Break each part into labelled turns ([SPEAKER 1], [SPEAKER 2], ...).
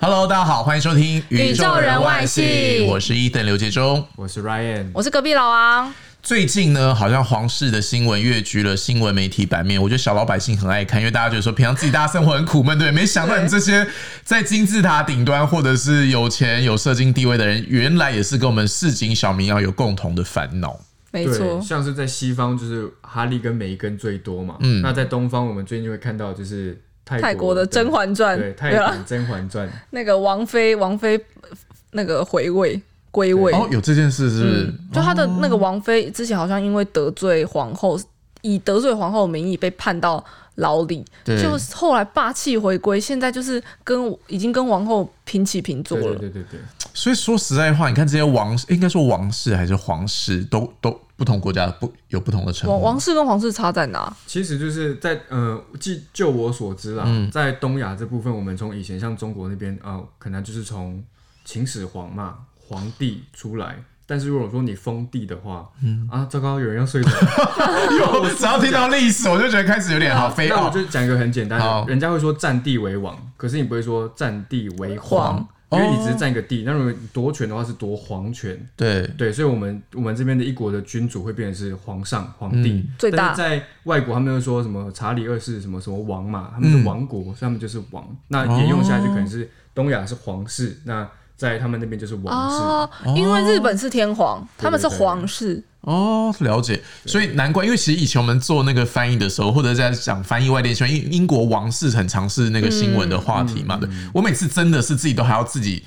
[SPEAKER 1] Hello，大家好，欢迎收听《
[SPEAKER 2] 宇宙人外星
[SPEAKER 1] 我是伊登刘杰忠。
[SPEAKER 3] 我是 Ryan，
[SPEAKER 2] 我是隔壁老王，
[SPEAKER 1] 最近呢，好像皇室的新闻跃居了新闻媒体版面，我觉得小老百姓很爱看，因为大家觉得说平常自己大家生活很苦闷，对，没想到你这些在金字塔顶端或者是有钱有社经地位的人，原来也是跟我们市井小民要有共同的烦恼。
[SPEAKER 2] 没
[SPEAKER 3] 对，
[SPEAKER 2] 错，
[SPEAKER 3] 像是在西方就是哈利跟梅根最多嘛，嗯，那在东方我们最近会看到就是泰
[SPEAKER 2] 泰国的《甄嬛传
[SPEAKER 3] 对，》泰
[SPEAKER 2] 对啊
[SPEAKER 3] 国的
[SPEAKER 2] 吧？
[SPEAKER 3] 《甄 嬛传》
[SPEAKER 2] 那个王妃，王妃呃那个回位归位，
[SPEAKER 1] 哦，有这件事是不是？
[SPEAKER 2] 就她的那个王妃之前好像因为得罪皇后，以得罪皇后的名义被判到牢里，
[SPEAKER 1] 对
[SPEAKER 2] 就后来霸气回归，现在就是跟已经跟皇后平起平坐
[SPEAKER 3] 对对
[SPEAKER 2] 了。
[SPEAKER 3] 对对对，
[SPEAKER 1] 所以说实在话，你看这些王，应该说王室还是皇室，都都不同国家不有不同的称
[SPEAKER 2] 王
[SPEAKER 1] 呼。
[SPEAKER 2] 王室跟皇室差在哪？
[SPEAKER 3] 其实就是在呃，据就我所知啦，
[SPEAKER 2] 嗯
[SPEAKER 3] 在东亚这部分，我们从以前像中国那边啊、呃可能就是从秦始皇嘛，皇帝出来。但是如果说你封地的话，嗯啊，糟糕，有人要睡着了。
[SPEAKER 1] 我 只要听到历史，我就觉得开始有点好
[SPEAKER 2] 啊
[SPEAKER 1] 哦非
[SPEAKER 3] 那
[SPEAKER 1] 傲
[SPEAKER 3] 我。就讲一个很简单
[SPEAKER 1] 哎好
[SPEAKER 3] 的，人家会说占地为王，可是你不会说占地为
[SPEAKER 2] 皇
[SPEAKER 3] 皇，因为
[SPEAKER 1] 哦
[SPEAKER 3] 你只是占一个地。那如果你夺权的话是夺皇权，
[SPEAKER 1] 对，
[SPEAKER 3] 对，所以我们我们这边的一国的君主会变成是皇上、皇
[SPEAKER 1] 嗯
[SPEAKER 3] 帝。
[SPEAKER 2] 最
[SPEAKER 3] 但
[SPEAKER 2] 大
[SPEAKER 3] 是在外国，他们又说什么查理二世什么什么王嘛，他们
[SPEAKER 1] 嗯
[SPEAKER 3] 是王国，所以他们就是王。那沿用下去
[SPEAKER 2] 哦
[SPEAKER 3] 可能是东亚是皇室，那在他们那边就是王室。
[SPEAKER 2] 哦，因为日本是天皇，他们是
[SPEAKER 3] 对对对
[SPEAKER 2] 皇室，
[SPEAKER 1] 哦，了解，所以难怪，因为其实以前我们做那个翻译的时候，或者在讲翻译外电新闻，因为英国王室很常是那个新闻的话题嘛对，我每次真的是自己都还要自己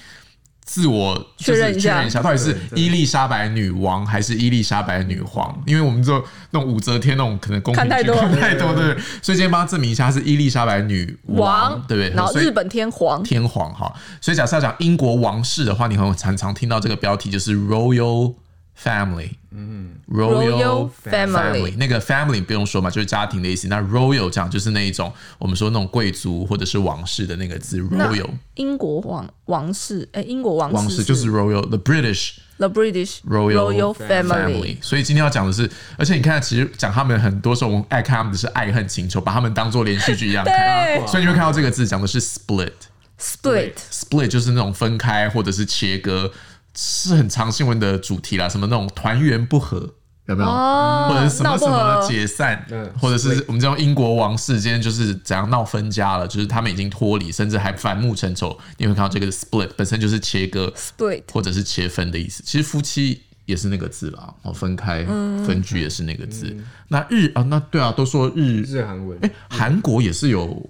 [SPEAKER 1] 自我就
[SPEAKER 2] 确
[SPEAKER 1] 是
[SPEAKER 2] 认一下
[SPEAKER 1] 确认一下，到底是
[SPEAKER 3] 对真的
[SPEAKER 1] 伊丽莎白女王还是伊丽莎白女皇？因为我们就那种武则天那种可能宫廷
[SPEAKER 2] 看太
[SPEAKER 1] 剧
[SPEAKER 2] 多
[SPEAKER 1] 看太多，对对对所以今天帮他证明一下，她是伊丽莎白女王，对不对？
[SPEAKER 2] 然后
[SPEAKER 1] 所以
[SPEAKER 2] 日本天皇，
[SPEAKER 1] 天皇哈。所以假设要讲英国王室的话，你很常常听到这个标题就是 Royal Family，嗯，Royal
[SPEAKER 2] Royal Family
[SPEAKER 1] 那个 family 不用说嘛，就是家庭的意思。那 Royal 讲就是那一种我们说那种贵族或者是王室的那个字
[SPEAKER 2] 那
[SPEAKER 1] ，Royal
[SPEAKER 2] 英国王王室，哎、英国王室
[SPEAKER 1] 王室就是 Royal，the British。
[SPEAKER 2] The British
[SPEAKER 1] Royal
[SPEAKER 2] Family，
[SPEAKER 1] 所以今天要讲的是，而且你看，其实讲他们很多时候，我们爱看他们的是爱恨情仇，把他们当做连续剧一样看。
[SPEAKER 2] 对
[SPEAKER 3] 哇
[SPEAKER 1] 所以你会看到这个字讲的是 split，
[SPEAKER 2] Split，
[SPEAKER 1] split 就是那种分开或者是切割，是很常新闻的主题啦，什么那种团圆不和。有没有？
[SPEAKER 2] 哦
[SPEAKER 1] 或者是什么
[SPEAKER 2] 闹不
[SPEAKER 1] 什
[SPEAKER 2] 和
[SPEAKER 1] 么解散
[SPEAKER 3] 嗯，
[SPEAKER 1] 或者是我们这种英国王室间就是怎样闹分家了，就是他们已经脱离，甚至还反目成仇。你会看到这个 split 本身就是切割
[SPEAKER 2] Split
[SPEAKER 1] 或者是切分的意思。其实夫妻也是那个字啦，哦，分开、
[SPEAKER 2] 嗯
[SPEAKER 1] 分居也是那个字。那日啊，那对啊，都说日，
[SPEAKER 3] 日韩文，
[SPEAKER 1] 哎，韩国也是有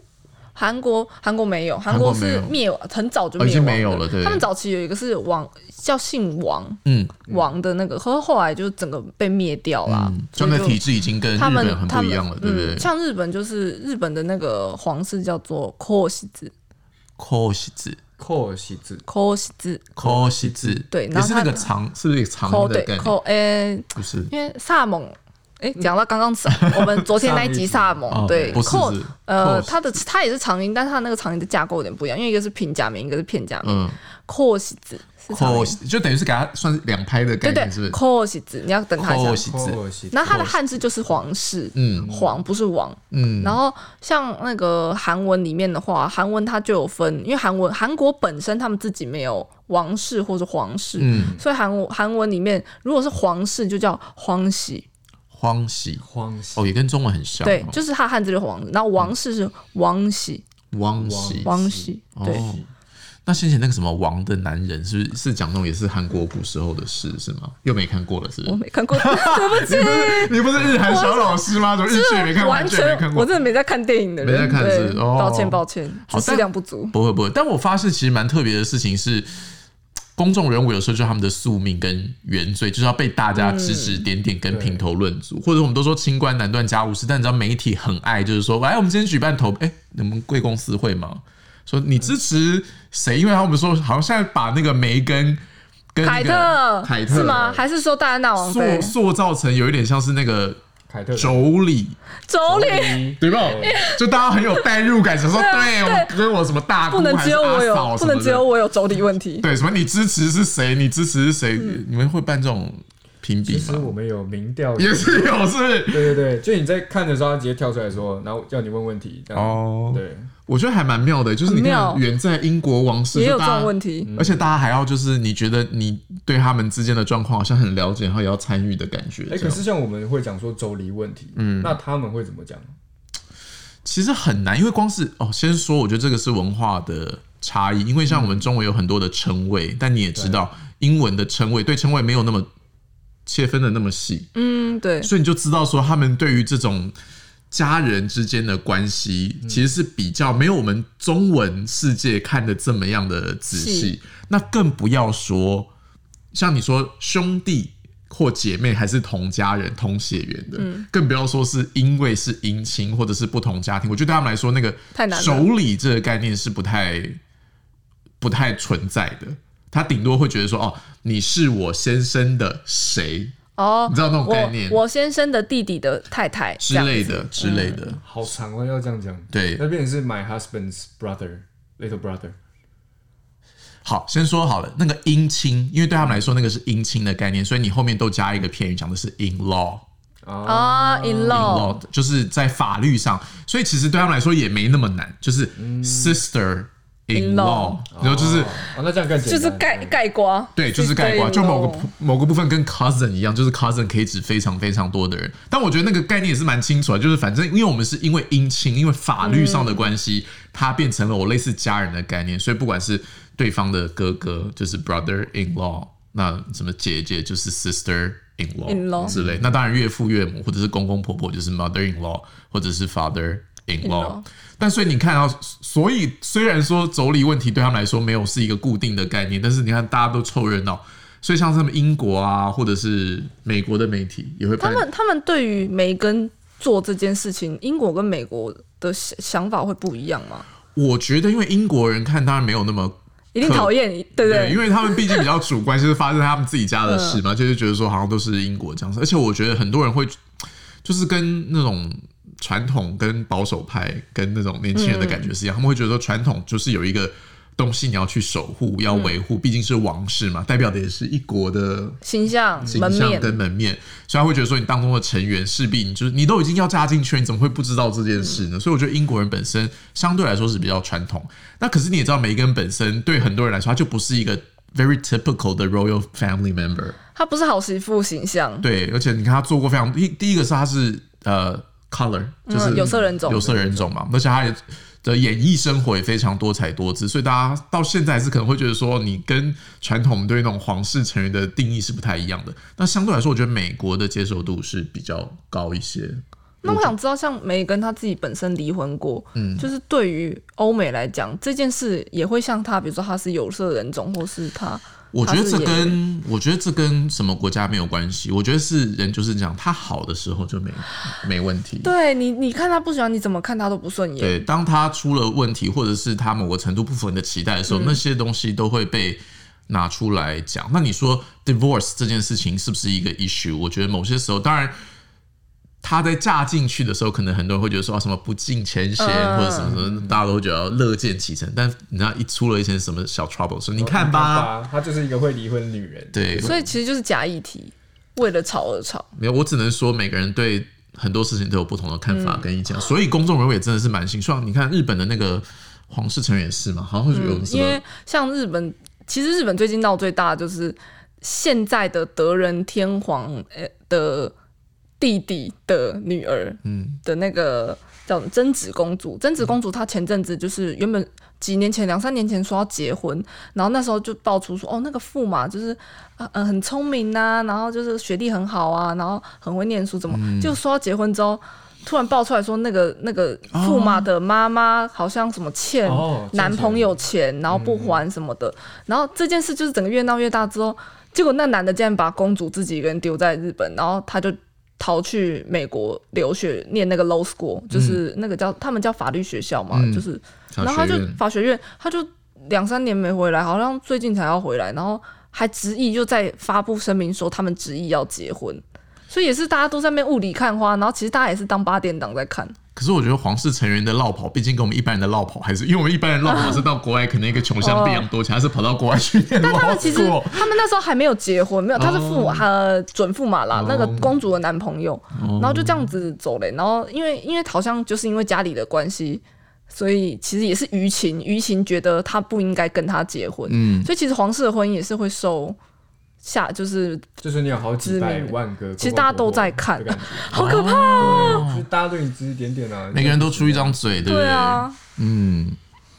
[SPEAKER 2] 韩国韩国没有，韩
[SPEAKER 1] 国
[SPEAKER 2] 国
[SPEAKER 1] 没有
[SPEAKER 2] 是灭亡，很早就
[SPEAKER 1] 哦已
[SPEAKER 2] 灭
[SPEAKER 1] 经
[SPEAKER 2] 亡
[SPEAKER 1] 没有了对
[SPEAKER 2] 他们早期有一个是王叫姓王，
[SPEAKER 1] 嗯，
[SPEAKER 2] 王的那个，可是后来就整个被灭掉了，
[SPEAKER 1] 嗯他
[SPEAKER 2] 啊所以
[SPEAKER 1] 们
[SPEAKER 2] 就
[SPEAKER 1] 的体制已经跟日
[SPEAKER 2] 他们
[SPEAKER 1] 本很
[SPEAKER 2] 他
[SPEAKER 1] 不
[SPEAKER 2] 们
[SPEAKER 1] 一样了，对不对
[SPEAKER 2] 嗯？像日本就是日本的那个皇室叫做 k o s 子
[SPEAKER 1] c 西字
[SPEAKER 3] 扣西字，
[SPEAKER 2] k o s 子
[SPEAKER 1] c 西字，
[SPEAKER 2] 对
[SPEAKER 1] 也
[SPEAKER 2] 然后
[SPEAKER 1] 是那
[SPEAKER 2] 它
[SPEAKER 1] 个
[SPEAKER 2] 的
[SPEAKER 1] 长，是不是一个
[SPEAKER 2] k
[SPEAKER 1] 长
[SPEAKER 2] o
[SPEAKER 1] 音
[SPEAKER 2] 对
[SPEAKER 1] 的概
[SPEAKER 2] k o
[SPEAKER 1] 念？
[SPEAKER 2] 诶，
[SPEAKER 1] 不是
[SPEAKER 2] 因为萨蒙。诶，
[SPEAKER 1] 嗯
[SPEAKER 2] 讲到刚刚啊 我们昨天那一集萨
[SPEAKER 1] 哦
[SPEAKER 2] 蒙，对，
[SPEAKER 1] 不是
[SPEAKER 2] Ko-
[SPEAKER 1] 是
[SPEAKER 2] 呃，
[SPEAKER 1] Ko-
[SPEAKER 2] 它的它也是长音，但是它那个长音的架构有点不一样，因为一个是平假名，一个是片假名。
[SPEAKER 1] 嗯
[SPEAKER 2] c o s 子是长音
[SPEAKER 1] c，就等于是给它算是两拍的概
[SPEAKER 2] 对对
[SPEAKER 1] 念，是不是
[SPEAKER 2] c o s 子，你要等它一
[SPEAKER 1] c
[SPEAKER 2] 下。
[SPEAKER 1] 西字，
[SPEAKER 3] 扣西字，
[SPEAKER 2] 然后它的汉字就是皇室，
[SPEAKER 1] 嗯
[SPEAKER 2] 皇不是王。
[SPEAKER 1] 嗯，
[SPEAKER 2] 然后像那个韩文里面的话，韩文它就有分，因为韩文韩国本身他们自己没有王室或者皇室，
[SPEAKER 1] 嗯
[SPEAKER 2] 所以韩文韩文里面如果是皇室就叫皇喜，
[SPEAKER 1] 荒喜
[SPEAKER 3] 荒西
[SPEAKER 1] 哦，也跟中文很像，
[SPEAKER 2] 对，
[SPEAKER 1] 哦
[SPEAKER 2] 就是它汉字就是皇，然后王室是王喜，
[SPEAKER 1] 汪喜。
[SPEAKER 2] 王喜，对，
[SPEAKER 1] 嗯哦那先前那个什么王的男人，是不是是讲那种也是韩国古时候的事是吗？又没看过了，是不
[SPEAKER 2] 我
[SPEAKER 1] 是？
[SPEAKER 2] 没看 过，对不起，
[SPEAKER 1] 你不是日韩小老师吗？怎么日剧也没看，
[SPEAKER 2] 完
[SPEAKER 1] 完全没看
[SPEAKER 2] 全我
[SPEAKER 1] 过？
[SPEAKER 2] 真的没在看电影的人，
[SPEAKER 1] 没在看
[SPEAKER 2] 对
[SPEAKER 1] 是不是哦
[SPEAKER 2] 抱歉抱歉，
[SPEAKER 1] 好
[SPEAKER 2] 知识
[SPEAKER 1] 但
[SPEAKER 2] 量不足。
[SPEAKER 1] 不会不会，但我发誓，其实蛮特别的事情是，公众人物有时候就是他们的宿命跟原罪，就是要被大家指指点点跟评头论足，或者我们都说清官难断家务事，但你知道媒体很爱就是说，哎，我们今天举办投，哎，你们贵公司会吗？说你支持谁？因为他们说好像现在把那个梅根跟那
[SPEAKER 2] 凯
[SPEAKER 1] 个
[SPEAKER 2] 特
[SPEAKER 1] 凯特
[SPEAKER 2] 是吗？还是说戴安娜王妃
[SPEAKER 1] 塑？塑造成有一点像是那个
[SPEAKER 3] 凯特
[SPEAKER 1] 妯娌，
[SPEAKER 2] 妯娌
[SPEAKER 3] 娌
[SPEAKER 1] 对吧？就大家很有代入感，想说对我跟我什么大姑
[SPEAKER 2] 不能
[SPEAKER 1] 还是
[SPEAKER 2] 只有我
[SPEAKER 1] 阿
[SPEAKER 2] 有，
[SPEAKER 1] 嫂什
[SPEAKER 2] 不
[SPEAKER 1] 么
[SPEAKER 2] 能只
[SPEAKER 1] 的
[SPEAKER 2] 有我有妯娌问题。
[SPEAKER 1] 对，什么你支持是谁？你支持是谁？
[SPEAKER 2] 嗯
[SPEAKER 1] 你们会办这种评
[SPEAKER 3] 其
[SPEAKER 1] 比
[SPEAKER 3] 实
[SPEAKER 1] 吗？
[SPEAKER 3] 我们有民调，
[SPEAKER 1] 也是有，是不是？
[SPEAKER 3] 对对对，就你在看的时候，他直接跳出来说，然后叫你问问题，这样
[SPEAKER 1] 哦
[SPEAKER 3] 对，
[SPEAKER 1] 我觉得还蛮妙的，就是你看
[SPEAKER 2] 很妙
[SPEAKER 1] 远在英国王室
[SPEAKER 2] 也有
[SPEAKER 1] 就
[SPEAKER 2] 这
[SPEAKER 1] 大家嗯
[SPEAKER 2] 种问题。
[SPEAKER 1] 而且大家还要就是你觉得你对他们之间的状况好像很了解，然后也要参与的感觉。
[SPEAKER 3] 哎、
[SPEAKER 1] 这
[SPEAKER 3] 可
[SPEAKER 1] 样
[SPEAKER 3] 是像我们会讲说妯娌问题，嗯，那他们会怎么讲？
[SPEAKER 1] 其实很难，因为光是哦，先说我觉得这个是文化的差异，因为像我
[SPEAKER 2] 嗯
[SPEAKER 1] 们中文有很多的称谓，但你也知道英文的称谓对称谓没有那么切分的那么细，
[SPEAKER 2] 嗯，对，
[SPEAKER 1] 所以你就知道说他们对于这种。家人之间的关系
[SPEAKER 2] 嗯
[SPEAKER 1] 其实是比较没有我们中文世界看的这么样的仔细
[SPEAKER 2] 细，
[SPEAKER 1] 那更不要说像你说兄弟或姐妹还是同家人、同血缘的，
[SPEAKER 2] 嗯
[SPEAKER 1] 更不要说是因为是姻亲或者是不同家庭。我觉得对他们来说，那个
[SPEAKER 2] 太难了
[SPEAKER 1] 妯娌这个概念是不太不太存在的。他顶多会觉得说：“哦，你是我先生的谁
[SPEAKER 2] 哦，
[SPEAKER 1] 你知道那种概念
[SPEAKER 2] 我我先生的弟弟的太太这
[SPEAKER 1] 之
[SPEAKER 2] 样
[SPEAKER 1] 类
[SPEAKER 2] 子，嗯
[SPEAKER 1] 的之类的。
[SPEAKER 3] 好长哦，要这样讲，
[SPEAKER 1] 对
[SPEAKER 3] 那变成是 my husband's brother, little brother。
[SPEAKER 1] 好，先说好了，那个姻亲，因为对他们来说那个是姻亲的概念，所以你后面都加一个片语，讲的是 in law。
[SPEAKER 2] 啊，in law，
[SPEAKER 1] 哦 law 就是在法律上，所以其实对他们来说也没那么难，就是 sister in
[SPEAKER 2] 嗯 In
[SPEAKER 1] law，
[SPEAKER 2] law
[SPEAKER 1] 然后就是
[SPEAKER 3] 哦，那这样更简单，
[SPEAKER 2] 就是盖盖瓜，
[SPEAKER 1] 对，哦就是概括，
[SPEAKER 2] sister-in-law
[SPEAKER 1] 就某个部某个部分跟 cousin 一样，就是 cousin 可以指非常非常多的人。但我觉得那个概念也是蛮清楚的，啊就是反正因为我们是因为姻亲，因为法律上的关系，它变成了我类似家人的概念，所以不管是对方的哥哥，就是 brother in law，那什么姐姐就是 sister。in
[SPEAKER 2] in
[SPEAKER 1] law
[SPEAKER 2] law
[SPEAKER 1] 之类，那当然岳父岳母或者是公公婆婆就是 mother in law 或者是 father in
[SPEAKER 2] in
[SPEAKER 1] law
[SPEAKER 2] law。
[SPEAKER 1] 但所以你看到，所以虽然说妯娌问题对他们来说没有是一个固定的概念，但是你看大家都凑热闹，所以像他们英国啊，或者是美国的媒体也会
[SPEAKER 2] 他
[SPEAKER 1] 办。
[SPEAKER 2] 们他们对于梅根做这件事情，英国跟美国的想想法会不一样吗？
[SPEAKER 1] 我觉得，因为英国人看当然没有那么。
[SPEAKER 2] 一定
[SPEAKER 1] 可
[SPEAKER 2] 讨厌，对嗯不
[SPEAKER 1] 对，因
[SPEAKER 2] 对？
[SPEAKER 1] 为他们毕竟比较主 观，就是发生在他们自己家的事嘛，就是觉得说好像都是英国这样子。而且我觉得很多人会，就是跟那种传统、跟保守派、跟那种年轻人的感觉是一样，他们会觉得说传统就是有一个东西你要去守护、
[SPEAKER 2] 嗯
[SPEAKER 1] 要维护，毕竟是王室嘛，代表的也是一国的
[SPEAKER 2] 形象、
[SPEAKER 1] 形
[SPEAKER 2] 门
[SPEAKER 1] 象
[SPEAKER 2] 面，
[SPEAKER 1] 跟门面，所以他会觉得说你当中的成员势必你就是你都已经要嫁进去了，你怎么会不知道这件事
[SPEAKER 2] 嗯
[SPEAKER 1] 呢？所以我觉得英国人本身相对来说是比较传统。那可是你也知道，梅根本身对很多人来说，他就不是一个 very typical 的 royal family member。
[SPEAKER 2] 她不是好媳妇形象，
[SPEAKER 1] 对，而且你看他做过非常第第一个是他是呃 color，就是
[SPEAKER 2] 嗯有色人种
[SPEAKER 1] 有色人种嘛，而且他也的演艺生活也非常多彩多姿，所以大家到现在还是可能会觉得说，你跟传统对那种皇室成员的定义是不太一样的。那相对来说，我觉得美国的接受度是比较高一些。
[SPEAKER 2] 那我想知道，像梅根她自己本身离婚过，
[SPEAKER 1] 嗯
[SPEAKER 2] 就是对于欧美来讲，这件事也会像她，比如说她是有色人种，或是她，
[SPEAKER 1] 我觉得这
[SPEAKER 2] 他是演
[SPEAKER 1] 跟我觉得这跟什么国家没有关系，我觉得是人就是这样，他好的时候就没没问题。
[SPEAKER 2] 对你，你看她不喜欢，你怎么看她都不顺眼，
[SPEAKER 1] 对，当他出了问题，或者是他某个程度不符合你的期待的时
[SPEAKER 2] 嗯
[SPEAKER 1] 候，那些东西都会被拿出来讲。那你说 divorce 这件事情是不是一个 issue？我觉得某些时候，当然。他在嫁进去的时候，可能很多人会觉得说啊什么不敬前嫌、
[SPEAKER 2] 嗯
[SPEAKER 1] 或者什么什么，大家都会觉得乐见其成。但你知道一出了一些什么小 trouble，说你看吧，
[SPEAKER 3] 吧，她就是一个会离婚的女人。
[SPEAKER 1] 对，
[SPEAKER 2] 所以其实就是假议题，为了吵而吵。
[SPEAKER 1] 没有，我只能说每个人对很多事情都有不同的看法跟意见，
[SPEAKER 2] 嗯
[SPEAKER 1] 所以公众人物也真的是蛮辛苦。像你看日本的那个皇室成员也嗯是嘛，好像会有什
[SPEAKER 2] 嗯因
[SPEAKER 1] 么
[SPEAKER 2] 为像日本，其实日本最近闹最大的就是现在的德仁天皇呃的弟弟的女儿，
[SPEAKER 1] 嗯
[SPEAKER 2] 的那个叫什么贞子公主。贞子公主她前阵子就是原本几年前两三年前说要结婚，然后那时候就爆出说哦那个驸马就是呃呃很聪明呐、然后就是学历很好啊，然后很会念书，怎么、就说要结婚之后。突然爆出来说，那个那个驸马的妈妈好像什么欠
[SPEAKER 3] 哦欠钱
[SPEAKER 2] 男朋友钱，然后不还什么的，然后这件事就是整个越闹越大之后，结果那男的竟然把公主自己一个人丢在日本，然后他就逃去美国留学，念那个 law school，就是那个叫、他们叫法律学校嘛，
[SPEAKER 1] 嗯
[SPEAKER 2] 就是，
[SPEAKER 1] 小
[SPEAKER 2] 然后他
[SPEAKER 1] 学
[SPEAKER 2] 就
[SPEAKER 1] 院。
[SPEAKER 2] 法学院，他就两三年没回来，好像最近才要回来，然后还执意就在发布声明说他们执意要结婚。所以也是大家都在那边雾里看花，然后其实大家也是当八点档在看，
[SPEAKER 1] 可是我觉得皇室成员的绕跑，毕竟跟我们一般人的绕跑还是，因为我们一般人绕跑是到国外，可能一个穷乡僻壤多钱，还是跑到国外去念
[SPEAKER 2] 但他
[SPEAKER 1] law
[SPEAKER 2] 们其实
[SPEAKER 1] school。
[SPEAKER 2] 他们那时候还没有结婚，没有，他是驸马、呃准驸马啦
[SPEAKER 1] 哦，
[SPEAKER 2] 那个公主的男朋友，然后就这样子走嘞。然后因为因为好像就是因为家里的关系，所以其实也是舆情，舆情觉得他不应该跟他结婚，
[SPEAKER 1] 嗯，
[SPEAKER 2] 所以其实皇室的婚姻也是会受下，就是
[SPEAKER 3] 就是你有好几百万个公公婆婆的感觉，
[SPEAKER 2] 其实大家都在看好可怕，啊
[SPEAKER 3] 对，就是大家对你指指点点啊，
[SPEAKER 1] 每个人都出一张嘴，对不
[SPEAKER 2] 对啊，
[SPEAKER 1] 嗯，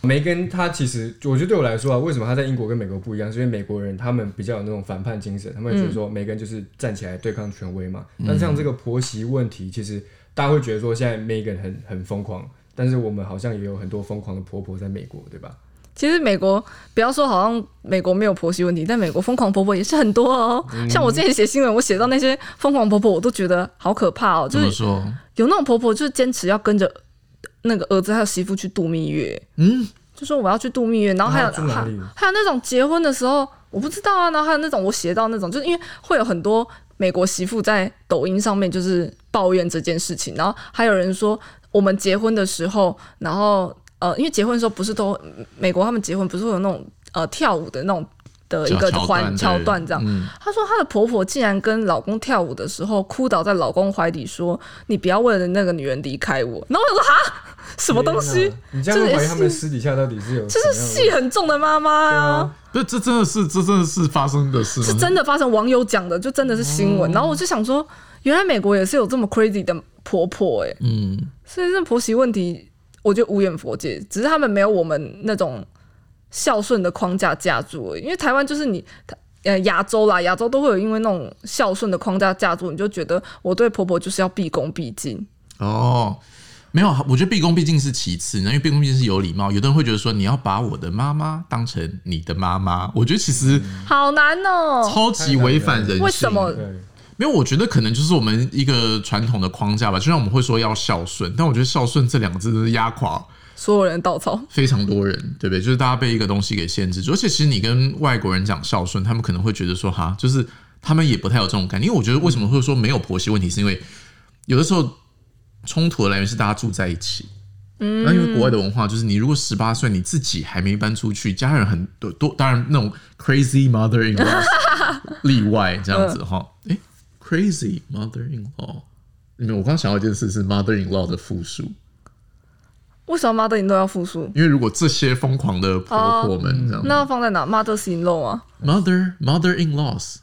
[SPEAKER 3] 梅根她其实，我觉得对我来说啊，为什么她在英国跟美国不一样？是因为美国人他们比较有那种反叛精神，他们会觉得说梅根就是站起来对抗权威嘛。
[SPEAKER 1] 嗯
[SPEAKER 3] 但像这个婆媳问题，其实大家会觉得说现在梅根很很疯狂，但是我们好像也有很多疯狂的婆婆在美国，对吧？
[SPEAKER 2] 其实美国不要说好像美国没有婆媳问题，但美国疯狂婆婆也是很多哦。像我之前写新闻，我写到那些疯狂婆婆，我都觉得好可怕哦。
[SPEAKER 1] 怎
[SPEAKER 2] 就
[SPEAKER 1] 么
[SPEAKER 2] 是
[SPEAKER 1] 说？
[SPEAKER 2] 有那种婆婆，就是坚持要跟着那个儿子还有媳妇去度蜜月，
[SPEAKER 1] 嗯，
[SPEAKER 2] 就说我要去度蜜月，然后还有
[SPEAKER 3] 那她住
[SPEAKER 2] 还
[SPEAKER 3] 哪里
[SPEAKER 2] 还有那种结婚的时候，我不知道啊，然后还有那种我写到那种，就是因为会有很多美国媳妇在抖音上面就是抱怨这件事情，然后还有人说我们结婚的时候，然后呃，因为结婚的时候不是都美国他们结婚不是会有那种呃跳舞的那种的一个
[SPEAKER 1] 桥
[SPEAKER 2] 环桥
[SPEAKER 1] 对
[SPEAKER 2] 段这样，
[SPEAKER 1] 嗯
[SPEAKER 2] 她说她的婆婆竟然跟老公跳舞的时候哭倒在老公怀里说：“你不要为了那个女人离开我。”然后我说：“哈，什么东
[SPEAKER 3] 天
[SPEAKER 2] 西
[SPEAKER 3] 哪？你这样会怀疑他
[SPEAKER 2] 这
[SPEAKER 3] 们
[SPEAKER 2] 也
[SPEAKER 3] 私底下到底是有
[SPEAKER 2] 这是
[SPEAKER 3] 什么
[SPEAKER 2] 戏
[SPEAKER 3] 样的
[SPEAKER 2] 很重的妈妈啊，
[SPEAKER 1] 不，这真的是，这真的是发生的事吗？啊
[SPEAKER 2] 是真的发生网友讲的，就真的是新闻。”然后我就想说，原来美国也是有这么 crazy 的婆婆哎、
[SPEAKER 1] 嗯，
[SPEAKER 2] 所以这婆媳问题，我觉得无眼佛界，只是他们没有我们那种孝顺的框架架住而已。因为台湾就是你，呃，亚洲啦，亚洲都会有因为那种孝顺的框架架住，你就觉得我对婆婆就是要毕恭毕敬。
[SPEAKER 1] 哦。没有，我觉得毕恭毕敬是其次，因为毕恭毕敬是有礼貌。有的人会觉得说，你要把我的妈妈当成你的妈妈，我觉得其实
[SPEAKER 2] 好难哦、
[SPEAKER 1] 超级违反人性。
[SPEAKER 2] 嗯为什么？
[SPEAKER 3] 对，
[SPEAKER 1] 没有，我觉得可能就是我们一个传统的框架吧。就像我们会说要孝顺，但我觉得孝顺这两个字真是压垮
[SPEAKER 2] 所有人的稻草？
[SPEAKER 1] 非常多人，对不对？就是大家被一个东西给限制住，而且其实你跟外国人讲孝顺，他们可能会觉得说哈，就是他们也不太有这种感觉。因为我觉得为什么会说没有婆媳问题，是因为有的时候冲突的来源是大家住在一起。嗯，那因为国外的文化就是，你如果十八岁你自己还没搬出去，家人很多多，当然那种 crazy mother in law 例外这样子哈。诶 c r a z y mother in law，你们我刚想到一件事是 mother in law 的复数。
[SPEAKER 2] 为什么妈的你都要复述？
[SPEAKER 1] 因为如果这些疯狂的婆婆们这样、
[SPEAKER 2] 那要放在哪？妈的行动啊！
[SPEAKER 1] m o t h e r mother in laws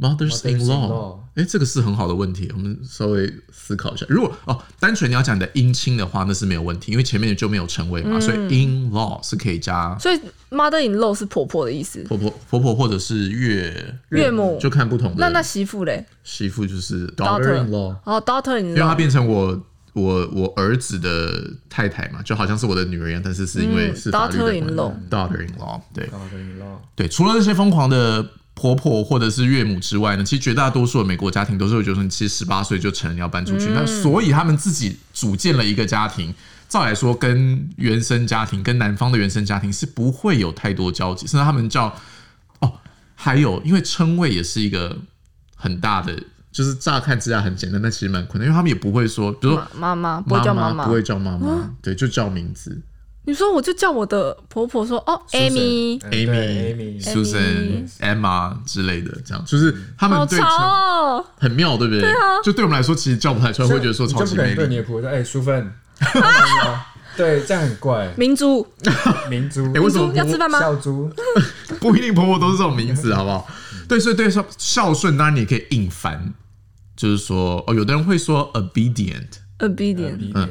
[SPEAKER 1] mothers in law，
[SPEAKER 3] Mothers-in-law
[SPEAKER 1] 哎、这个是很好的问题，我们稍微思考一下。如果哦，单纯你要讲你的姻亲的话，那是没有问题，因为前面就没有成为嘛，所以 in law 是可以加
[SPEAKER 2] 所以妈的 in law 是婆婆的意思，
[SPEAKER 1] 婆婆婆婆或者是岳，
[SPEAKER 2] 岳母。
[SPEAKER 1] 就看不同的。
[SPEAKER 2] 那那媳妇嘞
[SPEAKER 1] 媳妇就是 daughter
[SPEAKER 2] ？daughter
[SPEAKER 1] in law，
[SPEAKER 2] 哦，daughter in
[SPEAKER 1] 因为它
[SPEAKER 2] law。
[SPEAKER 1] 变成我。我我儿子的太太嘛，就好像是我的女儿一样，但是是因为是法律的关系、
[SPEAKER 2] daughter-in-law
[SPEAKER 1] 嗯 daughter in law，对，
[SPEAKER 3] 然后跟哦你唠，
[SPEAKER 1] 对，除了那些疯狂的婆婆或者是岳母之外呢，其实绝大多数的美国家庭都是会觉得说，你其实十八岁就成人要搬出去，那所以他们自己组建了一个家庭。照来说，跟原生家庭、跟男方的原生家庭是不会有太多交集，甚至他们叫哦，还有因为称谓也是一个很大的，就是乍看之下很简单，但其实蛮困难，因为他们也不会说，比如说
[SPEAKER 2] 妈妈妈不会叫妈
[SPEAKER 1] 妈
[SPEAKER 2] 妈，
[SPEAKER 1] 不会叫妈啊妈，对，就叫名字
[SPEAKER 2] 你说我就叫我的婆婆说哦，Amy，
[SPEAKER 3] 嗯对
[SPEAKER 1] Amy、
[SPEAKER 3] Amy，
[SPEAKER 1] Susan、Emma 之类的，这样就是他们
[SPEAKER 2] 好
[SPEAKER 1] 嗯对
[SPEAKER 2] 潮
[SPEAKER 1] 称
[SPEAKER 2] 哦，
[SPEAKER 1] 很妙，对不对？对啊，就对我们来说，其实叫不太出来，会觉得说
[SPEAKER 3] 你
[SPEAKER 1] 超
[SPEAKER 3] 就
[SPEAKER 1] 级
[SPEAKER 3] 不敢
[SPEAKER 1] 没
[SPEAKER 3] 对
[SPEAKER 1] 礼。
[SPEAKER 3] 你的婆婆说，哎，淑芬， 对，这样很怪，
[SPEAKER 2] 明珠，
[SPEAKER 3] 明珠
[SPEAKER 1] 哎，，为
[SPEAKER 2] 明
[SPEAKER 1] 什么
[SPEAKER 2] 珠要
[SPEAKER 1] 婆
[SPEAKER 2] 吃饭吗？
[SPEAKER 3] 笑猪，
[SPEAKER 1] 不一定婆婆都是这种名字，好不好？对，所以对孝孝顺，当然你也可以硬翻，就是说哦，有的人会说 obedient，o
[SPEAKER 2] obedient，
[SPEAKER 1] 嗯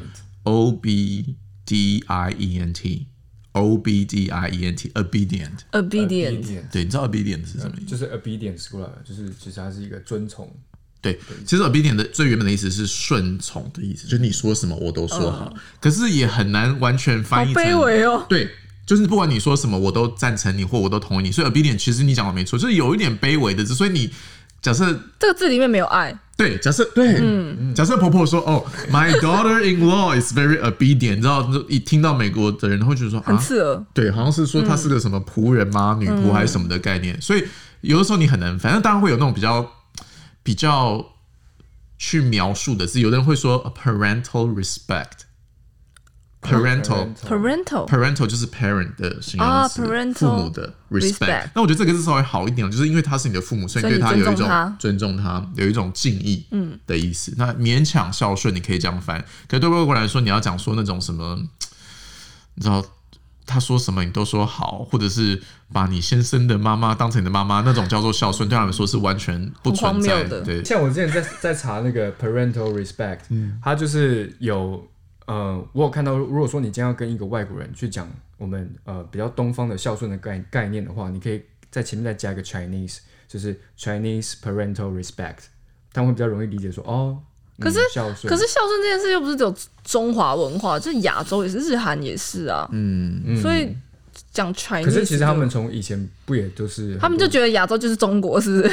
[SPEAKER 1] b d i e n t，o b d i e n t，obedient。
[SPEAKER 2] obedient，
[SPEAKER 1] 对，你知道 obedient 是什么意思？
[SPEAKER 3] 啊就是 obedience 过来了，就是其实它是一个遵从。
[SPEAKER 1] 对，其实 obedient 的最原本的意思是顺从的意思，就是你说什么我都说好，可是也很难完全
[SPEAKER 2] 嗯好
[SPEAKER 1] 翻译成
[SPEAKER 2] 卑微哦，
[SPEAKER 1] 对，就是不管你说什么，我都赞成你，或我都同意你。所以 obedient 其实你讲的没错，就是有一点卑微的，所以你假设。
[SPEAKER 2] 这个字里面没有爱，
[SPEAKER 1] 对，假设对，
[SPEAKER 2] 嗯
[SPEAKER 1] 假设婆婆说：“哦，My daughter in law is very obedient。”你知道，就一听到美国的人会觉得说：“
[SPEAKER 2] 很
[SPEAKER 1] 啊，
[SPEAKER 2] 刺嗯耳。
[SPEAKER 1] 对，好像是说她是个什么仆人吗？女仆还是什么的概念。所以有的时候你很难，反正当然会有那种比较比较去描述的字，有的人会说 parental respect，parental
[SPEAKER 2] parental
[SPEAKER 1] parental 就是 parent 的形容
[SPEAKER 2] 啊
[SPEAKER 1] 词，
[SPEAKER 2] ，parental
[SPEAKER 1] 父母的 respect
[SPEAKER 2] respect。
[SPEAKER 1] 那我觉得这个是稍微好一点，就是因为他是你的父母，所以你对他有一
[SPEAKER 2] 所以你尊重
[SPEAKER 1] 种
[SPEAKER 2] 他嗯
[SPEAKER 1] 尊重他，有一种敬意的意思。那勉强孝顺，你可以这样翻。可对外国人来说，你要讲说那种什么。你知道他说什么你都说好，或者是把你先生的妈妈当成你的妈妈，那种叫做孝顺，对他们来说是完全不
[SPEAKER 2] 很
[SPEAKER 1] 存
[SPEAKER 2] 荒
[SPEAKER 1] 在
[SPEAKER 2] 谬的
[SPEAKER 1] 对，
[SPEAKER 3] 像我之前在在查那个 parental respect，它
[SPEAKER 1] 嗯
[SPEAKER 3] 就是有呃，我有看到，如果说你今天要跟一个外国人去讲我们呃比较东方的孝顺的概概念的话，你可以在前面再加一个 Chinese，就是 Chinese parental respect，他们会比较容易理解说哦，
[SPEAKER 2] 可是
[SPEAKER 3] 嗯孝顺，
[SPEAKER 2] 可是孝顺这件事又不是只有中华文化，就是亚洲也是，日韩也是啊。
[SPEAKER 1] 嗯，
[SPEAKER 3] 嗯
[SPEAKER 2] 所以讲 Chinese，
[SPEAKER 3] 可是其实他们从以前不也就是
[SPEAKER 2] 他们就
[SPEAKER 3] 很多
[SPEAKER 2] 觉得亚洲就是中国，是不是？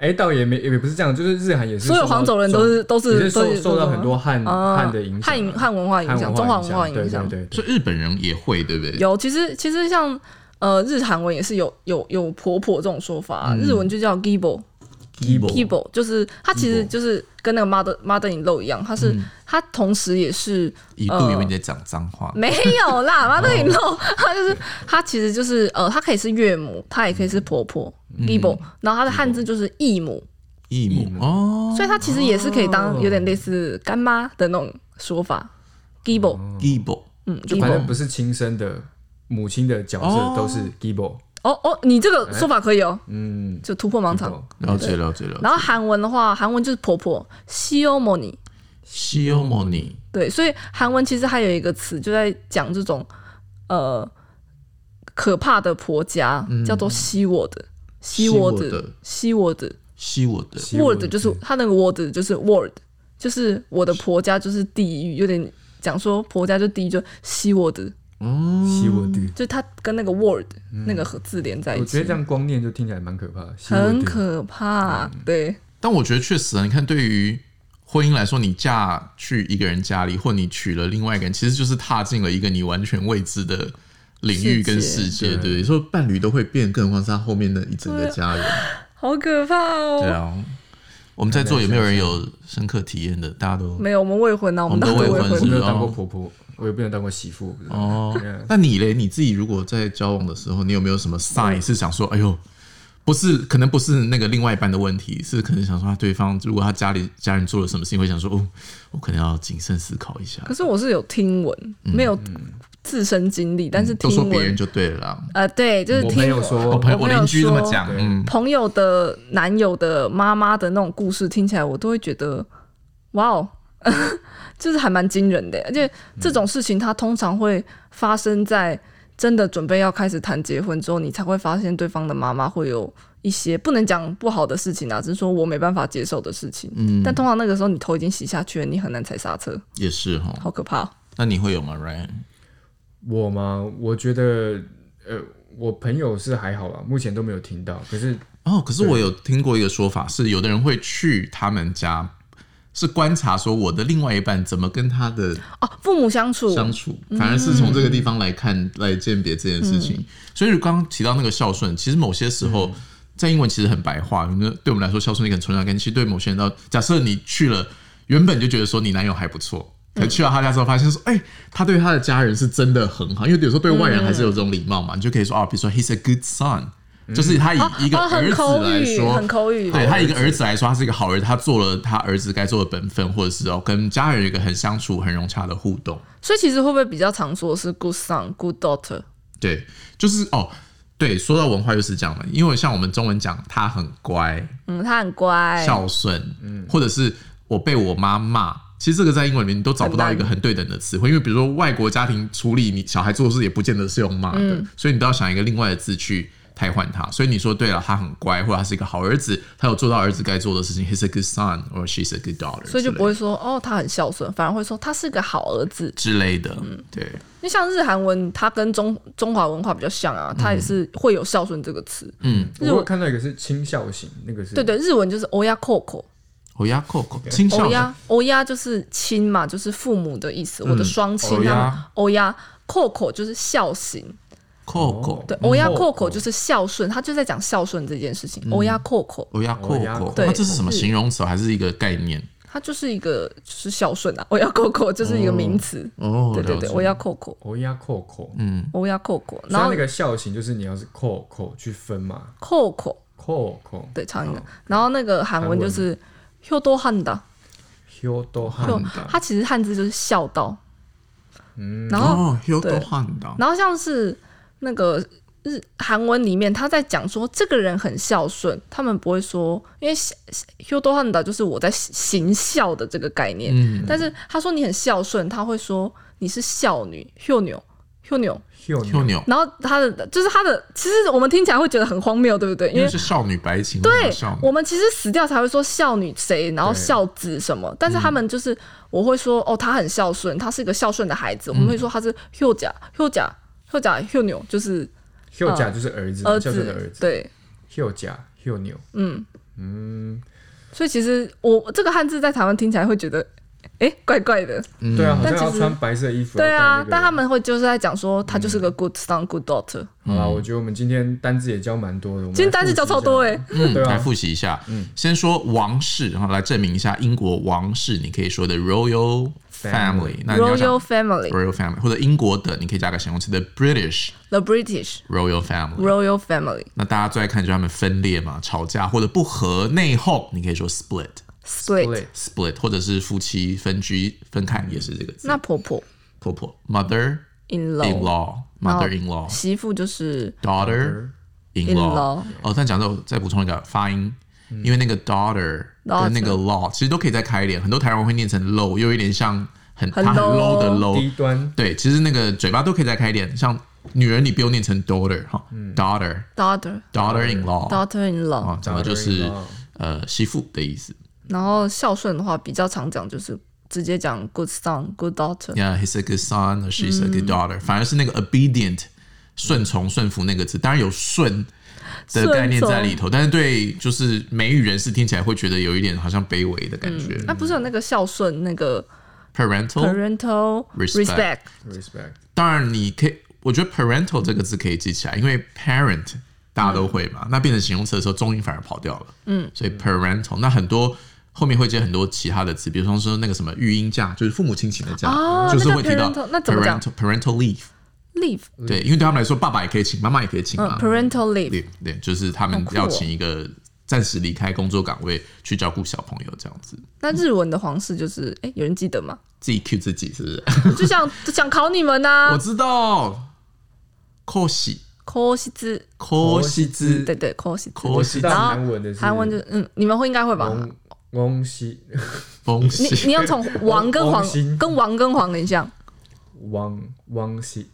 [SPEAKER 3] 哎、倒也没也不是这样，就是日韩也是
[SPEAKER 2] 所有
[SPEAKER 3] 受到
[SPEAKER 2] 黄种人都是都
[SPEAKER 3] 中也
[SPEAKER 2] 是
[SPEAKER 3] 是
[SPEAKER 2] 都
[SPEAKER 3] 受
[SPEAKER 2] 是
[SPEAKER 3] 受到很多汉、
[SPEAKER 2] 啊
[SPEAKER 3] 汉的影响啊，
[SPEAKER 2] 汉影汉文化影响，中华文化影响。
[SPEAKER 3] 对对对
[SPEAKER 1] 所以日本人也会，对不对？
[SPEAKER 2] 有，其实其实像呃日韩文也是有有有婆婆这种说法啊，日文就叫 gibo gibo，就是
[SPEAKER 3] 嗯
[SPEAKER 2] 它其实
[SPEAKER 3] Gibo
[SPEAKER 2] 就是跟那个 mother mother in law 一样，它是
[SPEAKER 3] 嗯
[SPEAKER 2] 它同时也是
[SPEAKER 1] 一度以为你在讲脏话，
[SPEAKER 2] 没有啦，
[SPEAKER 3] 哦
[SPEAKER 2] 妈对你弄，她就是她其实就是呃，她可以是岳母，她也可以是婆婆
[SPEAKER 3] 嗯
[SPEAKER 2] i b o 然后她的汉字就是义母，
[SPEAKER 1] 义母哦，
[SPEAKER 2] 所以她其实也是可以当有点类似干妈的那种说法 i b o
[SPEAKER 1] 义母
[SPEAKER 2] 嗯
[SPEAKER 3] 哦就
[SPEAKER 2] i b
[SPEAKER 3] 反
[SPEAKER 2] o
[SPEAKER 3] 正不是亲生的母亲的角
[SPEAKER 1] 哦
[SPEAKER 3] 色都是 Gibo，
[SPEAKER 2] 哦哦，你这
[SPEAKER 3] 哎
[SPEAKER 2] 个说法可以哦，
[SPEAKER 3] 嗯，
[SPEAKER 2] 就突破盲场。
[SPEAKER 3] Gibo
[SPEAKER 1] 了解了解了解。
[SPEAKER 2] 然后
[SPEAKER 3] 嗯
[SPEAKER 2] 韩文的话，韩文就是婆婆 s i o m o n i
[SPEAKER 1] 西欧莫尼
[SPEAKER 2] 对，所以韩文其实还有一个词就在讲这种呃可怕的婆家，叫做西沃的西沃
[SPEAKER 1] 西沃德
[SPEAKER 2] 的西沃的
[SPEAKER 1] 西我的
[SPEAKER 3] 西文
[SPEAKER 2] word 就是它那个 word 就是 word，就是我的婆家就是地狱，有点讲说婆家就地狱，就西 word，
[SPEAKER 1] 嗯
[SPEAKER 3] 西沃地，
[SPEAKER 2] 就它跟那个 word、那个和字连在一
[SPEAKER 3] 我觉得
[SPEAKER 2] 起
[SPEAKER 3] 这，样光念就听起来蛮可怕的，西沃
[SPEAKER 2] 很
[SPEAKER 3] 地
[SPEAKER 2] 可怕。对，
[SPEAKER 1] 但我觉得确实啊，你看，对于婚姻来说，你嫁去一个人家里，或你娶了另外一个人，其实就是踏进了一个你完全未知的领域跟世界，
[SPEAKER 3] 世界
[SPEAKER 1] 对不对？说伴侣都会变，更何况是他后面的一整
[SPEAKER 2] 啊
[SPEAKER 1] 个家人，
[SPEAKER 2] 好可怕哦。
[SPEAKER 1] 对啊。我们在座有没有人有深刻体验的？大家都
[SPEAKER 2] 没有，我们未婚啊，
[SPEAKER 1] 我们
[SPEAKER 2] 大家
[SPEAKER 1] 都
[SPEAKER 2] 都
[SPEAKER 1] 未婚
[SPEAKER 2] 婚
[SPEAKER 1] 是
[SPEAKER 3] 我
[SPEAKER 1] 不
[SPEAKER 3] 没
[SPEAKER 1] 是
[SPEAKER 3] 有当过婆婆，我也没有当过媳妇，我不知道
[SPEAKER 1] 哦
[SPEAKER 3] Yeah。
[SPEAKER 1] 那你嘞？你自己如果在交往的时候，你有没有什么 sign 是想说，哎呦，不是，可能不是那个另外一半的问题，是可能想说他对方如果他家里家人做了什么事情，会想说，哦，我可能要谨慎思考一下。
[SPEAKER 2] 可是我是有听闻，没有
[SPEAKER 3] 嗯
[SPEAKER 2] 自身经历，但是
[SPEAKER 1] 嗯都说
[SPEAKER 2] 听
[SPEAKER 1] 别人
[SPEAKER 2] 闻，
[SPEAKER 1] 就对了啦。
[SPEAKER 2] 呃，对，就是
[SPEAKER 3] 我
[SPEAKER 2] 听
[SPEAKER 3] 朋友
[SPEAKER 2] 闻
[SPEAKER 3] 说，
[SPEAKER 1] 我朋友
[SPEAKER 2] 我
[SPEAKER 1] 我
[SPEAKER 2] 朋友
[SPEAKER 1] 邻居这么讲，
[SPEAKER 3] 说
[SPEAKER 1] 嗯，
[SPEAKER 2] 朋友的男友的妈妈的那种故事，听起来我都会觉得，哇哦， 就是还蛮惊人的。而且
[SPEAKER 3] 嗯
[SPEAKER 2] 这种事情，它通常会发生在真的准备要开始谈结婚之后，你才会发现对方的妈妈会有一些不能讲不好的事情啊，只是说我没办法接受的事情。嗯，但通常那个时候你头已经洗下去了，你很难踩刹车，
[SPEAKER 1] 也是哈。
[SPEAKER 2] 好可怕哦、
[SPEAKER 1] 那你会有吗，Ryan？
[SPEAKER 3] 我吗？我觉得，呃，我朋友是还好啦，目前都没有听到。可是
[SPEAKER 1] 哦，可是我有听过一个说法，是有的人会去他们家，是观察说我的另外一半怎么跟他的
[SPEAKER 2] 哦，父母相处，
[SPEAKER 1] 相处，反而是从这个地方来
[SPEAKER 2] 嗯
[SPEAKER 1] 看来鉴别这件事情。所以刚刚提到那个孝顺，其实某些时候。
[SPEAKER 2] 嗯
[SPEAKER 1] 在英文其实很白话，那对我们来说孝顺是一个很重要的概念。其实对某些人到，假设你去了，原本就觉得说你男友还不错，
[SPEAKER 2] 嗯
[SPEAKER 1] 可去到他家之后发现说，哎、他对他的家人是真的很好，因为有时候对外人还是有这种礼貌嘛，你就可以说啊，比如说 he's a good son，、就是他以
[SPEAKER 2] 哦
[SPEAKER 1] 一个
[SPEAKER 2] 哦
[SPEAKER 1] 儿
[SPEAKER 2] 很
[SPEAKER 1] 子
[SPEAKER 2] 口
[SPEAKER 1] 来
[SPEAKER 2] 语，
[SPEAKER 1] 说，
[SPEAKER 2] 很口语，
[SPEAKER 1] 对他一个儿子来说，他是一个好儿子，他做了他儿子该做的本分，或者是哦跟家人有一个很相处、很融洽的互动。
[SPEAKER 2] 所以其实会不会比较常说是 good son, good daughter？
[SPEAKER 1] 对，就是哦，对，说到文化又是这样的，因为像我们中文讲他很乖、
[SPEAKER 2] 嗯，他很乖，
[SPEAKER 1] 孝顺，
[SPEAKER 2] 嗯
[SPEAKER 1] 或者是我被我妈骂。其实这个在英文里面你都找不到一个
[SPEAKER 2] 很
[SPEAKER 1] 很对等的词汇，因为比如说外国家庭处理你小孩做的事也不见得是用骂的，
[SPEAKER 2] 嗯
[SPEAKER 1] 所以你都要想一个另外的字去替换它。所以你说对了，他很乖，或者他是一个好儿子，他有做到儿子该做的事情，he's a good son or she's a good daughter，
[SPEAKER 2] 所以就
[SPEAKER 1] 之类
[SPEAKER 2] 不会说哦，他很孝顺，反而会说他是个好儿子。
[SPEAKER 1] 之类的，
[SPEAKER 2] 嗯
[SPEAKER 1] 对。
[SPEAKER 2] 因为像日韩文，它跟中中华文化比较像啊，
[SPEAKER 1] 嗯
[SPEAKER 2] 它也是会有孝顺这个词。
[SPEAKER 3] 我有看到一个是亲孝型，那个是
[SPEAKER 2] 对对，日文就是欧亚 coco，
[SPEAKER 1] 欧亚扣扣，亲孝
[SPEAKER 2] 欧
[SPEAKER 1] 顺嗯
[SPEAKER 2] 亚欧亚就是亲嘛，就是父母的意思，我的双亲
[SPEAKER 1] 欧
[SPEAKER 2] 他
[SPEAKER 1] 亚
[SPEAKER 2] 们欧亚 coco 就是孝行，
[SPEAKER 1] 扣扣，
[SPEAKER 2] 对，欧亚 coco
[SPEAKER 3] 哦
[SPEAKER 2] 就是孝顺，他就在讲孝顺这件事
[SPEAKER 1] 嗯
[SPEAKER 2] 情。欧亚 coco，
[SPEAKER 1] 欧亚扣
[SPEAKER 3] 欧亚
[SPEAKER 1] 扣
[SPEAKER 3] 扣，
[SPEAKER 2] 对
[SPEAKER 1] 哦那这是什么
[SPEAKER 2] 是
[SPEAKER 1] 形容词还是一个概念？
[SPEAKER 2] 它就是一个就是孝顺啊， 欧亚 coco 就是一个名词。
[SPEAKER 1] 哦，
[SPEAKER 2] 对对
[SPEAKER 1] 了解
[SPEAKER 2] 对，欧亚 coco，
[SPEAKER 3] 欧亚哦扣扣，
[SPEAKER 2] 欧亚 coco，
[SPEAKER 3] 所
[SPEAKER 2] 然
[SPEAKER 3] 以
[SPEAKER 2] 后
[SPEAKER 3] 那个孝型就是你要是扣扣去分嘛，
[SPEAKER 2] coco。
[SPEAKER 3] 扣扣
[SPEAKER 2] 对，长音的。然后那个韩文就是“ h o d o h a n d a
[SPEAKER 3] ，hido
[SPEAKER 1] 嗯
[SPEAKER 3] han
[SPEAKER 2] 它其实汉字就是孝道，
[SPEAKER 3] 嗯，
[SPEAKER 2] 然后
[SPEAKER 1] 哦，有
[SPEAKER 2] 对
[SPEAKER 1] 都换的，
[SPEAKER 2] 然后像是那个日韩文里面，他在讲说这个人很孝顺，他们不会说，因为 Hudo h a n d 就是我在行孝的这个概念，
[SPEAKER 1] 嗯，
[SPEAKER 2] 但是他说你很孝顺，他会说你是孝女 h u n o h u n o
[SPEAKER 3] 秀
[SPEAKER 1] 秀牛，
[SPEAKER 2] 然后他的就是他的，其实我们听起来会觉得很荒谬，对不对？因
[SPEAKER 1] 因为
[SPEAKER 2] 为
[SPEAKER 1] 是少女白情，啊
[SPEAKER 2] 对
[SPEAKER 1] 少女
[SPEAKER 2] 我们其实死掉才会说孝女谁，然后
[SPEAKER 3] 对
[SPEAKER 2] 孝子什么，但是他们就是我会说哦，他很孝顺，他是一个孝顺的孩子，我们会说他是 Hugh 甲 Hugh 甲 Hugh 甲 Hugh 牛，就是
[SPEAKER 3] 秀甲就是儿子，
[SPEAKER 2] 儿
[SPEAKER 3] 孝顺的儿
[SPEAKER 2] 子，
[SPEAKER 3] 子，
[SPEAKER 2] 呃对，
[SPEAKER 3] 秀甲秀牛，
[SPEAKER 2] 嗯，
[SPEAKER 3] 嗯，
[SPEAKER 2] 所以其实我这个汉字在台湾听起来会觉得，诶，怪怪的，
[SPEAKER 1] 嗯
[SPEAKER 3] 对啊，好像
[SPEAKER 2] 但其
[SPEAKER 3] 要
[SPEAKER 2] 实
[SPEAKER 3] 穿白色衣服，
[SPEAKER 2] 对啊，但
[SPEAKER 3] 但
[SPEAKER 2] 他们会就是在讲说他就是个 good son good daughter，
[SPEAKER 3] 好
[SPEAKER 1] 嗯
[SPEAKER 3] 啦，我觉得我们今天单字也教蛮多的，我们
[SPEAKER 2] 今天单字教超多欸
[SPEAKER 3] 哎，
[SPEAKER 2] 诶，
[SPEAKER 1] 嗯，
[SPEAKER 3] 对啊
[SPEAKER 1] 来复习一下。先说王室，然后来证明一下英国王室，你可以说的 royal family。那你要讲
[SPEAKER 2] royal family
[SPEAKER 1] royal family，或者英国的，你可以加个形容词的 British
[SPEAKER 2] the British
[SPEAKER 1] royal family。
[SPEAKER 2] royal family
[SPEAKER 1] 那大家最爱看就是他们分裂嘛，吵架或者不和内讧，你可以说 split
[SPEAKER 2] split
[SPEAKER 3] 对
[SPEAKER 1] split，或者是夫妻分居分开也是这个字。
[SPEAKER 2] 那婆婆
[SPEAKER 1] 婆婆 mother
[SPEAKER 2] in
[SPEAKER 1] in
[SPEAKER 2] law
[SPEAKER 1] law mother in
[SPEAKER 2] 然后
[SPEAKER 1] law
[SPEAKER 2] 媳妇就是
[SPEAKER 1] daughter in
[SPEAKER 2] in
[SPEAKER 1] law
[SPEAKER 2] law。
[SPEAKER 1] 哦，但讲到我再补充一个发音，因为那个 daughter 跟那个 law 其实都可以再开一点，很多台湾会念成 low，又有点像很它
[SPEAKER 2] 很
[SPEAKER 1] 很 low
[SPEAKER 2] low
[SPEAKER 1] 的
[SPEAKER 3] 低
[SPEAKER 1] low。
[SPEAKER 3] 端
[SPEAKER 1] 对，其实那个嘴巴都可以再开一点，像女人你不用念成 daughter 哈，daughter
[SPEAKER 2] daughter
[SPEAKER 1] daughter in law
[SPEAKER 2] daughter in law，
[SPEAKER 1] 啊，讲的就是
[SPEAKER 3] daughter-in-law
[SPEAKER 1] 呃媳妇的意思。
[SPEAKER 2] 然后孝顺的话比较常讲就是直接讲 good son good daughter。
[SPEAKER 1] Yeah, he's a good son or she's
[SPEAKER 2] Mm.
[SPEAKER 1] a good daughter，反而是那个 obedient 顺从顺服那个字，当然有顺。的概念在里头，但是对就是美语人士听起来会觉得有一点好像卑微的感觉。
[SPEAKER 2] 那不是有那个孝顺那个
[SPEAKER 1] parental，
[SPEAKER 2] 嗯 parental
[SPEAKER 1] Respect
[SPEAKER 2] respect
[SPEAKER 3] respect，
[SPEAKER 1] 当然你可以，我觉得 parental 这个字可以记起来，因为 parent 大家都会
[SPEAKER 2] 嗯
[SPEAKER 1] 嘛，那变成形容词的时候，中音反而跑掉了。嗯，所以 parental 那很多后面会接很多其他的字，比如说说那个什么育婴假，就是父母亲请的假，
[SPEAKER 2] 哦
[SPEAKER 1] 就是
[SPEAKER 2] 那
[SPEAKER 1] 会
[SPEAKER 2] 叫
[SPEAKER 1] 提到
[SPEAKER 2] parental，那怎么讲
[SPEAKER 1] parental parental leave。
[SPEAKER 2] leave
[SPEAKER 1] 对，因为对他们来说，爸爸也可以请，妈妈也可以请
[SPEAKER 2] 嗯
[SPEAKER 1] 啊。
[SPEAKER 2] parental leave
[SPEAKER 1] 对对，就是他们
[SPEAKER 2] 好酷哦
[SPEAKER 1] 要请一个暂时离开工作岗位去照顾小朋友这样子，
[SPEAKER 2] 那日文的皇室就是哎有人记得吗？
[SPEAKER 1] 自己 cue 自己是不是？
[SPEAKER 2] 就想 就想考你们啊
[SPEAKER 1] 我
[SPEAKER 2] 呐，
[SPEAKER 1] 知道，可惜
[SPEAKER 2] 可惜之
[SPEAKER 1] 可惜之
[SPEAKER 2] 对对可惜之
[SPEAKER 1] 可惜之
[SPEAKER 3] 知道
[SPEAKER 2] 然后
[SPEAKER 3] 韩文的是
[SPEAKER 2] 韩文就嗯你们会应该会吧？
[SPEAKER 3] 翁翁西
[SPEAKER 1] 恭
[SPEAKER 2] 你
[SPEAKER 1] 喜
[SPEAKER 2] 你要从王跟
[SPEAKER 3] 王
[SPEAKER 2] 皇
[SPEAKER 3] 心
[SPEAKER 2] 跟王跟皇很像，
[SPEAKER 3] 汪汪西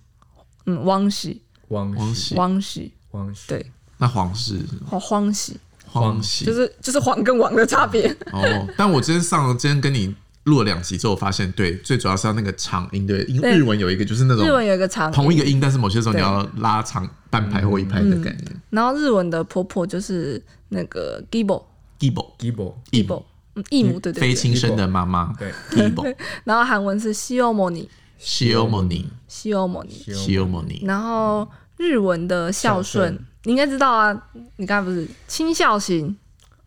[SPEAKER 2] 嗯，汪喜
[SPEAKER 3] 汪
[SPEAKER 1] 恭
[SPEAKER 3] 西
[SPEAKER 1] 喜。
[SPEAKER 2] 汪喜
[SPEAKER 3] 汪西，
[SPEAKER 2] 对，
[SPEAKER 1] 那皇室
[SPEAKER 2] 黄哦荒喜
[SPEAKER 1] 皇喜
[SPEAKER 2] 就是就是皇跟王的差别。
[SPEAKER 1] 哦，但我今天上了，今天跟你录了两集之后，发现对，最主要是要那个长音，对，因为
[SPEAKER 2] 对
[SPEAKER 1] 日文有一个就是那
[SPEAKER 2] 日
[SPEAKER 1] 种
[SPEAKER 2] 文有一个长音，
[SPEAKER 1] 同一个音，但是某些时候你
[SPEAKER 2] 对
[SPEAKER 1] 要拉长半拍或一拍的概念。
[SPEAKER 2] 然后日文的婆婆就是那个 gibo
[SPEAKER 1] Gibo
[SPEAKER 3] Gibo
[SPEAKER 2] gibo，嗯，义母对对
[SPEAKER 1] 非
[SPEAKER 2] 对。
[SPEAKER 1] 亲生的妈妈
[SPEAKER 3] 对
[SPEAKER 1] Gibo
[SPEAKER 2] 然后韩文是西欧摩尼
[SPEAKER 1] Shiomoni
[SPEAKER 2] 西欧摩尼，
[SPEAKER 1] Shiomoni
[SPEAKER 2] 然后日文的孝
[SPEAKER 3] 孝
[SPEAKER 2] 顺
[SPEAKER 3] 顺
[SPEAKER 2] 你应该知道啊，你刚才不是亲孝型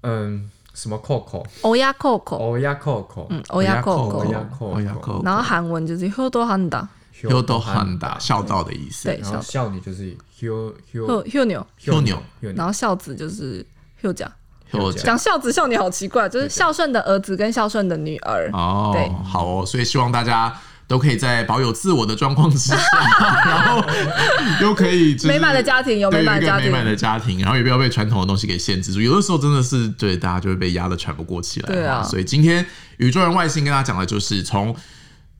[SPEAKER 3] 嗯，什么 Coco
[SPEAKER 2] o y a k o k o
[SPEAKER 3] o y a Coco，
[SPEAKER 2] 嗯 o y a k o k o
[SPEAKER 3] 哦 Oya-
[SPEAKER 2] 然后韩文就是 hudo handa，
[SPEAKER 1] 又都很大，孝道的意思。
[SPEAKER 2] 对，
[SPEAKER 3] 然后
[SPEAKER 2] 孝
[SPEAKER 3] 笑你就是 Hu Hu
[SPEAKER 2] hu hu 牛，
[SPEAKER 1] 秀牛，
[SPEAKER 2] 然后孝子就是 hu 甲。
[SPEAKER 1] 又讲
[SPEAKER 2] 讲孝子孝女好奇怪，就是孝顺的儿子跟孝顺的女儿。对
[SPEAKER 1] 哦，好哦，所以希望大家。都可以在保有自我的状况 之下，然后又可以就是
[SPEAKER 2] 美满的家庭有
[SPEAKER 1] 对
[SPEAKER 2] 美
[SPEAKER 1] 有
[SPEAKER 2] 满
[SPEAKER 1] 一
[SPEAKER 2] 的
[SPEAKER 1] 个
[SPEAKER 2] 家
[SPEAKER 1] 美
[SPEAKER 2] 庭，
[SPEAKER 1] 满的家庭，然后也不要被传统的东西给限制住。有的时候真的是对大家就会被压得喘不过气来。
[SPEAKER 2] 对啊
[SPEAKER 1] 所以今天宇宙人外星跟大家讲的就是从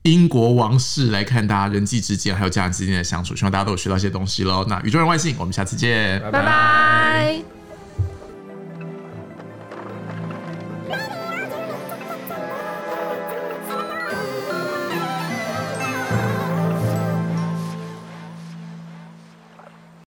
[SPEAKER 1] 英国王室来看大家人际之间还有家人之间的相处，希望大家都有学到一些东西喽。那宇宙人外星，我们下次见，
[SPEAKER 2] 拜拜。